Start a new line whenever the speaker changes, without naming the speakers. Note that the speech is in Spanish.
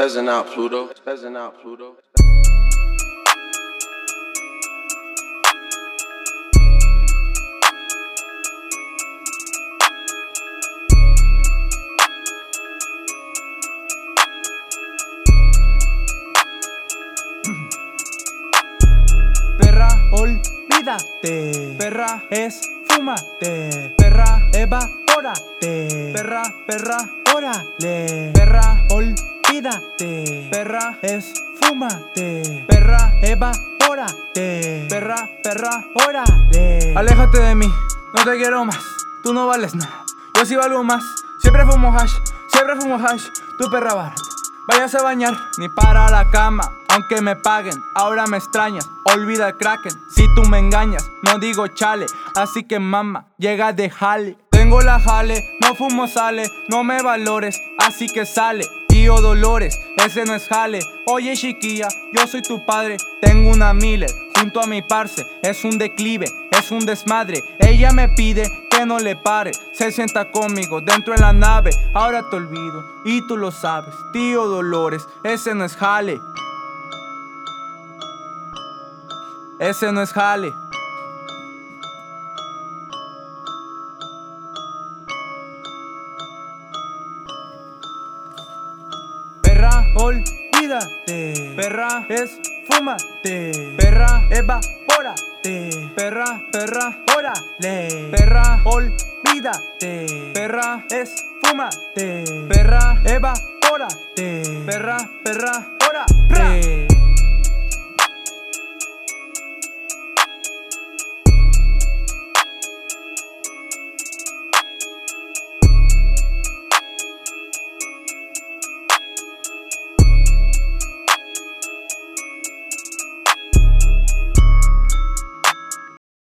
Spazzing out Pluto. Spazzing out Pluto.
Perra, olvídate. Perra, esfúmate. Perra, evapórate. Perra, perra, órale. Perra, olvídate. Perra, esfúmate. Perra, evapórate. Perra, perra, órale. Aléjate de mí, no te quiero más. Tú no vales nada. Yo sí valgo más. Siempre fumo hash, siempre fumo hash. Tu perra bar. Váyase a bañar, ni para la cama, aunque me paguen. Ahora me extrañas, olvida el kraken. Si tú me engañas, no digo chale, así que mama, llega de jale. Tengo la jale, no fumo sale, no me valores, así que sale. Tío Dolores, ese no es jale. Oye chiquilla, yo soy tu padre. Tengo una Miller junto a mi parce, es un declive, es un desmadre. Ella me pide que no le pare, se sienta conmigo dentro de la nave. Ahora te olvido y tú lo sabes, tío Dolores, ese no es jale. Ese no es jale. Perra, olvídate. Perra, esfúmate. Perra, evapórate. Perra, perra, órale. Perra, olvídate. Perra, esfúmate. Perra, evapórate. Perra, perra, órale.